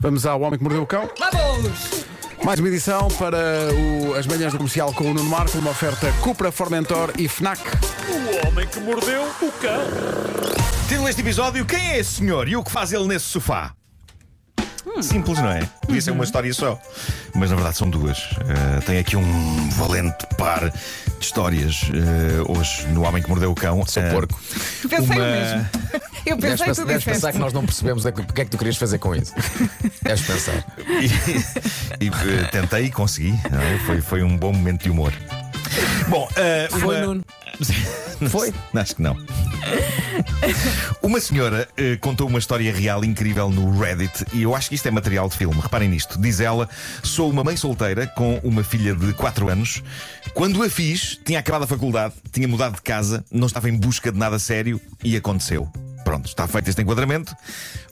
Vamos ao Homem que Mordeu o Cão. Vamos! Mais uma edição para o- as manhãs do comercial com o Nuno Marco, uma oferta Cupra Formentor e Fnac. O homem que mordeu o cão. Tendo este episódio, quem é esse senhor e o que faz ele nesse sofá? Simples, não é? Podia Uhum. ser uma história só. Mas na verdade são duas. Eh, tem aqui um valente par de histórias eh, hoje no Homem que Mordeu o Cão. Eh, Sou porco. Pensei o mesmo. Eu é Deves, pensei pens- que tu deves pensar que disseste. nós não percebemos o que é que tu querias fazer com isso. Deves pensar. e, e, eh, tentei e consegui. não é? Foi, foi um bom momento de humor. Bom, eh, uma... Foi, Nuno. Foi? Acho que não. Uma senhora eh, contou uma história real incrível no Reddit e eu acho que isto é material de filme. Reparem nisto. Diz ela: sou uma mãe solteira com uma filha de 4 anos. Quando a fiz, tinha acabado a faculdade, tinha mudado de casa, não estava em busca de nada sério e aconteceu. Pronto, está feito este enquadramento.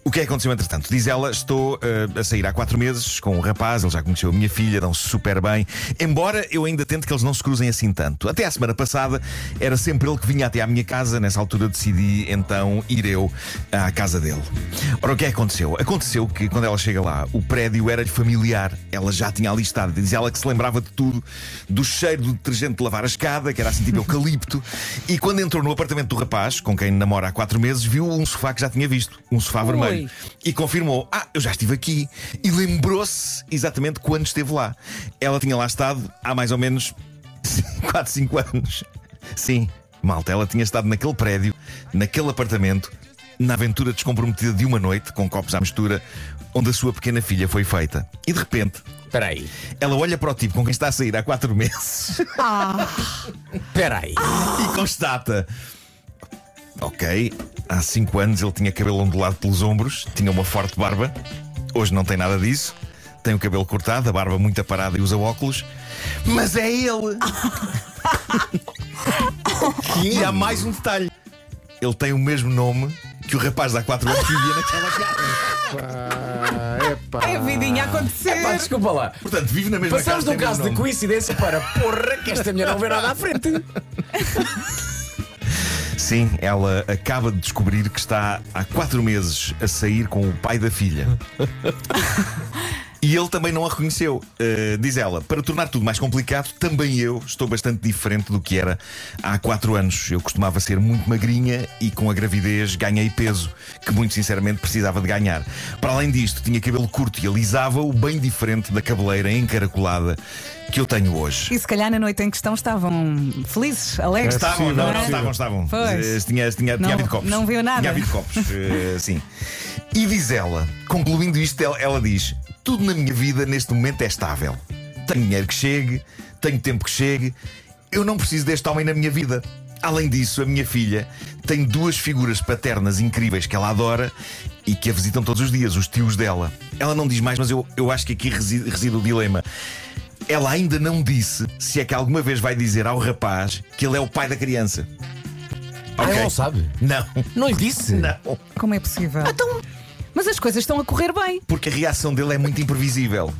O que é que aconteceu entretanto? Diz ela: estou eh, a sair há 4 meses com um rapaz, ele já conheceu a minha filha, um dão-se super bem. Embora eu ainda tente que eles não se cruzem assim tanto. Até à semana passada era sempre ele que vinha até à minha casa. Nessa altura decidi então ir eu à casa dele. Ora, o que é que aconteceu? Aconteceu que quando ela chega lá, o prédio era familiar. Ela já tinha ali estado. Diz ela que se lembrava de tudo, do cheiro do detergente de lavar a escada, que era assim tipo eucalipto. E quando entrou no apartamento do rapaz, com quem namora há quatro meses, viu um sofá que já tinha visto. Um sofá vermelho. E confirmou: Ah, eu já estive aqui. E lembrou-se exatamente quando esteve lá. Ela tinha lá estado há mais ou menos 4, 5 anos. Sim, malta, ela tinha estado naquele prédio, naquele apartamento, na aventura descomprometida de uma noite, com copos à mistura, onde a sua pequena filha foi feita. E de repente, Espera aí. ela olha para o tipo com quem está a sair há 4 meses Espera aí. e constata. Ok, há 5 anos ele tinha cabelo ondulado pelos ombros, tinha uma forte barba, hoje não tem nada disso. Tem o cabelo cortado, a barba muito aparada e usa óculos. Mas é ele! E há mais um detalhe: ele tem o mesmo nome que o rapaz de há 4 anos que vivia naquela casa. É a vidinha a acontecer. Pá, tá, desculpa lá. Portanto, vive na mesma Passamos casa. de um tem o caso mesmo de nome. coincidência para porra que esta mulher não vê nada à frente. Sim, ela acaba de descobrir que está há 4 meses a sair com o pai da filha. E ele também não a reconheceu. Uh, diz ela, para tornar tudo mais complicado, também eu estou bastante diferente do que era há quatro anos. Eu costumava ser muito magrinha e com a gravidez ganhei peso, que muito sinceramente precisava de ganhar. Para além disto, tinha cabelo curto e alisava-o bem diferente da cabeleira encaracolada que eu tenho hoje. E se calhar na noite em questão estavam felizes, alegres. Estavam, possível, não, não não é? estavam, estavam. Pois. Eh, Tinha, tinha, Não- tinha havido copos. não viu nada. Tinha havido copos, eh, sim. E diz ela, concluindo isto, ela, ela diz: Tudo na minha vida neste momento é estável. Tenho dinheiro que chegue, tenho tempo que chegue, eu não preciso deste homem na minha vida. Além disso, a minha filha tem duas figuras paternas incríveis que ela adora e que a visitam todos os dias, os tios dela. Ela não diz mais, mas eu, eu acho que aqui reside- reside o dilema. Ela ainda não disse se é que alguma vez vai dizer ao rapaz que ele é o pai da criança. Ah, Ok. ele não sabe. Não, Não lhe disse? não. Como é possível? Mas as coisas estão a correr bem. Porque a reação dele é muito imprevisível.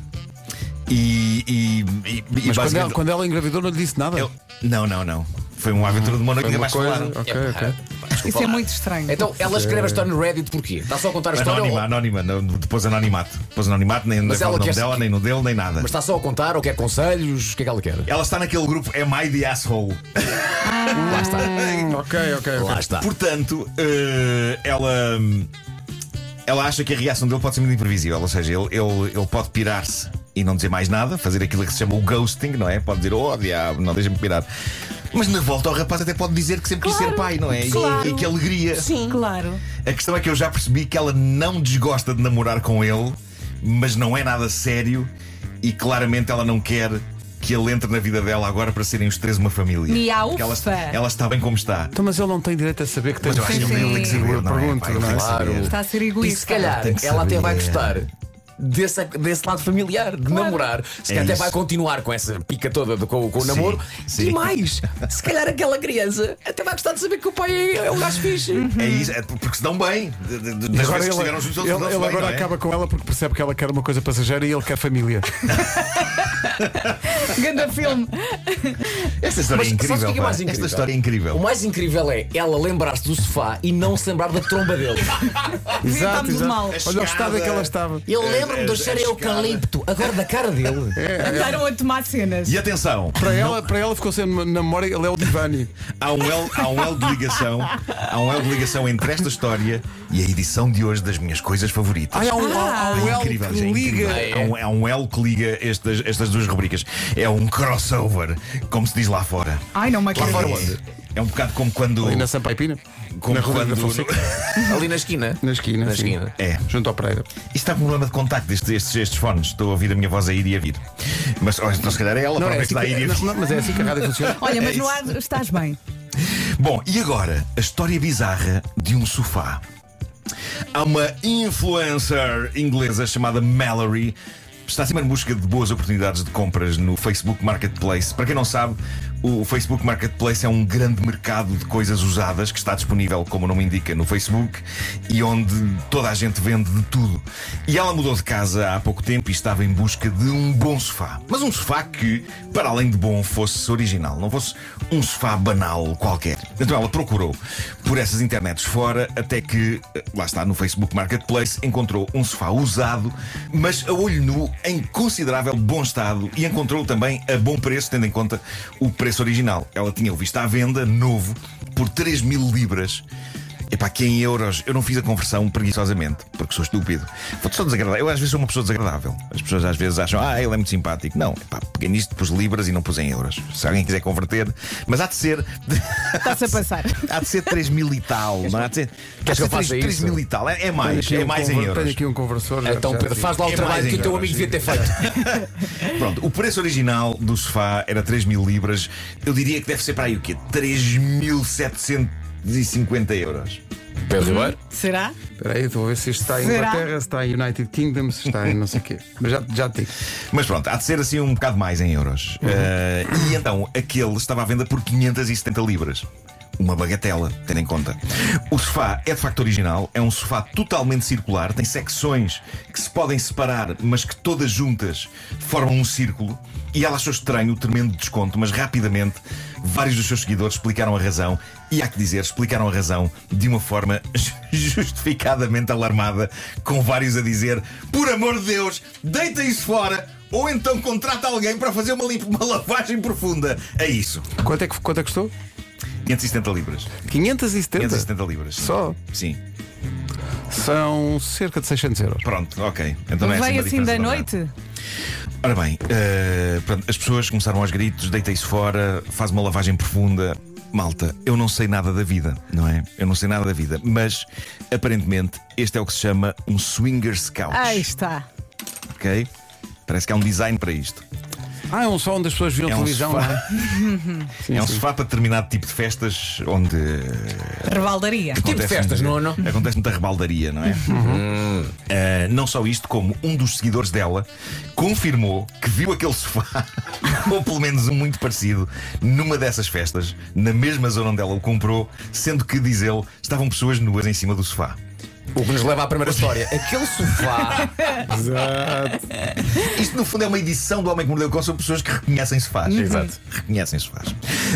E. e, e- e Mas quando basicamente- ela, quando ela engravidou não lhe disse nada. ele- Não, não, não. Foi uma aventura de uma noite Foi ainda uma mais coisa. falada. Ok, É pá, ok. Isso é muito estranho. Então ela escreve a história no Reddit porquê? Está só a contar a história? Anónima, ou- anónima, não, depois anonimato. Depois anonimato, nem nem Mas fala ela é o nome quer- dela, nem no dele, nem nada. Mas tá- está só a contar ou quer conselhos? O que é que ela quer? Ela está naquele grupo Am I the Asshole? Lá está. Ah. Ok, ok, ok. Lá está. Portanto, eh, ela. Ela acha que a reação dele pode ser muito imprevisível, ou seja, ele, ele, ele pode pirar-se e não dizer mais nada, fazer aquilo que se chama o ghosting, não é? Pode dizer, oh diabo, não deixa-me pirar. Mas na volta, o rapaz até pode dizer que sempre quis ser pai, não é? E- claro. E, que alegria. Sim. Claro. A questão é que eu já percebi que ela não desgosta de namorar com ele, mas não é nada sério e claramente ela não quer que ele entre na vida dela agora para serem os três uma família. Miau, Porque ela, ufa. ela está bem como está. Então, mas ele não tem direito a saber que tem Mas eu acho que ele tem que saber, Eu não é, pergunto, pá, eu não é? faço- Claro. Está a ser E egoísta. se calhar Tem que ela até saber. vai gostar desse, desse lado familiar, de namorar. Se calhar É até isso. vai continuar com essa pica toda do- com, com o Sim, namoro. sim. E mais, se calhar aquela criança até vai gostar de saber que o pai é, é um gajo fixe. É isso, é porque se dão bem. De- de- de- E Agora Das vezes que ele, estiveram juntos, eles ele- dão-se ele bem, agora não é? acaba com ela porque percebe que ela quer uma coisa passageira e ele quer família. Ganda filme. Esta história é Mas sabes o incrível. que é mais pá. incrível? Esta história é O incrível. mais incrível é ela lembrar-se do sofá e não se lembrar da tromba dele. Exato, exato. tá mal. Olha o estado em que ela estava. É, Ele lembro-me do cheiro a eucalipto, agora da cara dele. Andaram É, a tomar cenas. E atenção, Para ela, para ela ficou sendo na memória, ele é o Divani. há um, L, há um L de ligação Há um L de ligação entre esta história E a edição de hoje das minhas coisas favoritas Ah, é um, há um É L incrível, que é incrível. liga. É um, é um L que liga estas, estas duas rubricas É um crossover, como se diz lá fora Ai, não me é, acredito. é um bocado como quando Ali na Sampaipina? como na Rua da quando- Fonseca? É, Ali na esquina. Na esquina, Na sim. esquina. É. Junto ao Pereira. Isto está com um problema de contacto estes, estes, estes fones. Estou a ouvir a minha voz a ir e a vir. Mas olha, então, se calhar é ela Não, própria é que assim está a ir e que, a vir. não, mas é assim que a rádio funciona. Olha, mas É no ar estás bem. Bom, e agora a história bizarra de um sofá. Há uma influencer inglesa chamada Mallory. Está sempre em busca de boas oportunidades de compras no Facebook Marketplace. Para quem não sabe, o Facebook Marketplace é um grande mercado de coisas usadas que está disponível, como o nome indica, no Facebook e onde toda a gente vende de tudo. E ela mudou de casa há pouco tempo e estava em busca de um bom sofá. Mas um sofá que, para além de bom, fosse original, não fosse um sofá banal qualquer. Então ela procurou por essas internets fora até que, eh, lá está, no Facebook Marketplace, encontrou um sofá usado, mas a olho nu, em considerável bom estado e encontrou também a bom preço, tendo em conta o preço original. Ela tinha o visto à venda, novo, por 3 mil libras. Epá, que em euros eu não fiz a conversão preguiçosamente, porque sou estúpido. Vou só desagradável. Eu às vezes sou uma pessoa desagradável. As pessoas às vezes acham, ah, ele é muito simpático. Não, epá, peguei nisto, pus libras e não pus em euros. Se alguém quiser converter, mas há de ser. Está-se a passar. Há de ser 3 mil e tal, não é? Há de ser. Queres que eu faça 3 isso? mil e tal. É, é Tenho mais, aqui é um mais em conver- euros. Tenho aqui um conversor. já- Então já Pedro, digo. faz lá o É mais trabalho em que o teu euros. amigo devia ter feito. Pronto, o preço original do sofá era 3 mil libras. Eu diria que deve ser para aí o quê? 3.750 euros. Pedro Ribeiro. Será? Espera aí, vou ver se isto está em Será? Inglaterra, se está em United Kingdom, se está em não sei o quê. Mas já, já te digo. Mas pronto, há de ser assim um bocado mais em euros. Eh, e então, aquele estava à venda por 570 libras. Uma bagatela, tendo em conta. O sofá é de facto original, é um sofá totalmente circular, tem secções que se podem separar, mas que todas juntas formam um círculo. E ela achou estranho o tremendo desconto, mas rapidamente vários dos seus seguidores explicaram a razão. E há que dizer, explicaram a razão de uma forma justificadamente alarmada, com vários a dizer: por amor de Deus, deita isso fora! Ou então contrata alguém para fazer uma, limpa, uma lavagem profunda. É isso. Quanto é que, quanto é que custou? 570 libras. 570? 570 libras. Só? Sim. São cerca de 600 euros. Pronto, ok. Então não é Veio uma assim da diferença tão grande. noite? Ora bem, eh, pronto, as pessoas começaram aos gritos, deita isso fora, faz uma lavagem profunda. Malta, eu não sei nada da vida, não é? Eu não sei nada da vida, mas aparentemente este é o que se chama um swinger's couch, Aí está. ok? Parece que há um design para isto. Ah, é um só onde as pessoas viram É um televisão, sofá. não é? é um sofá para determinado tipo de festas onde eh, Rebaldaria. tipo de acontece festas, muita- Nuno? Acontece muita rebaldaria, não é? Uhum. Eh, não só isto, como um dos seguidores dela confirmou que viu aquele sofá, ou pelo menos um muito parecido, numa dessas festas, na mesma zona onde ela o comprou, sendo que, diz ele, estavam pessoas nuas em cima do sofá. O que nos leva à primeira história. Aquele sofá. Isto, no fundo, é uma edição do Homem que Mordeu o Cão sobre pessoas que reconhecem sofás. Exato. Reconhecem sofás.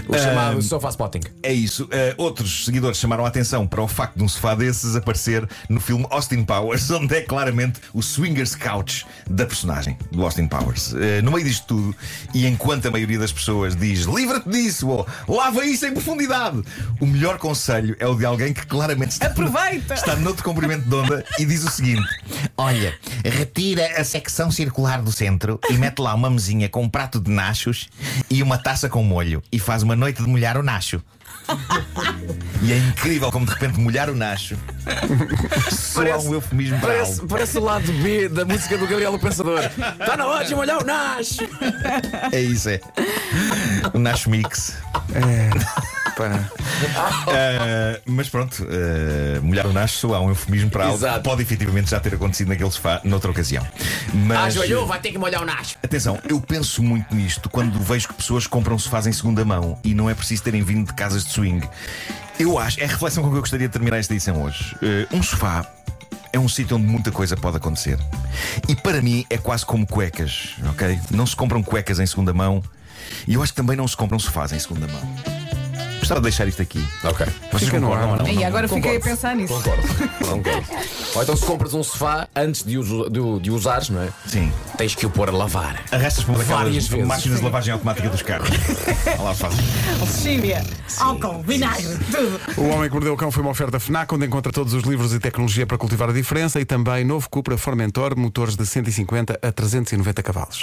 O chamado sofá spotting. É isso. Eh, outros seguidores chamaram a atenção para o facto de um sofá desses aparecer no filme Austin Powers, onde é claramente o swingers couch da personagem do Austin Powers. Eh, no meio disto tudo, e enquanto a maioria das pessoas diz livra-te disso ou lava isso em profundidade, o melhor conselho é o de alguém que claramente está, Aproveita! está noutro comprimento de onda e diz o seguinte: Olha, retira a secção circular do centro e mete lá uma mesinha com um prato de nachos e uma taça com molho e faz uma noite de molhar o nacho. E é incrível como de repente molhar o nacho soa um eufemismo para Parece, algo. parece o lado B da música do Gabriel o Pensador. Está na hora de molhar o Nash. É isso, é. O nacho mix. Pá. Ah, mas pronto, ah, molhar o nacho soa um eufemismo para algo. Exato. que Pode efetivamente já ter acontecido naquele sofá noutra ocasião. Ah, Mas. Ajoelhou, vai ter que molhar o Nash. Atenção, eu penso muito nisto quando vejo que pessoas compram sofás em segunda mão e não é preciso terem vindo de casas de swing. Eu acho, é a reflexão com que eu gostaria de terminar esta edição hoje. Eh, um sofá é um sítio onde muita coisa pode acontecer. E para mim é quase como cuecas, ok? Não se compram cuecas em segunda mão e eu acho que também não se compram sofás em segunda mão. gostava de deixar isto aqui. Ok. Vocês Fica no concordam ar. ou não? é? E agora fiquei a Concordo. pensar nisso. Concordo. Concordo. Ou então se compras um sofá antes de, uso- de- de usares, não é? Sim. Tens que o pôr a lavar. Arrastas para uma Várias daquelas vezes. máquinas de lavagem automática dos carros. Olha lá, faz. Chimia, álcool, vinagre, tudo. O Homem que Mordeu o Cão foi uma oferta FNAC, onde encontra todos os livros e tecnologia para cultivar a diferença e também novo Cupra Formentor, motores de 150 a 390 cavalos.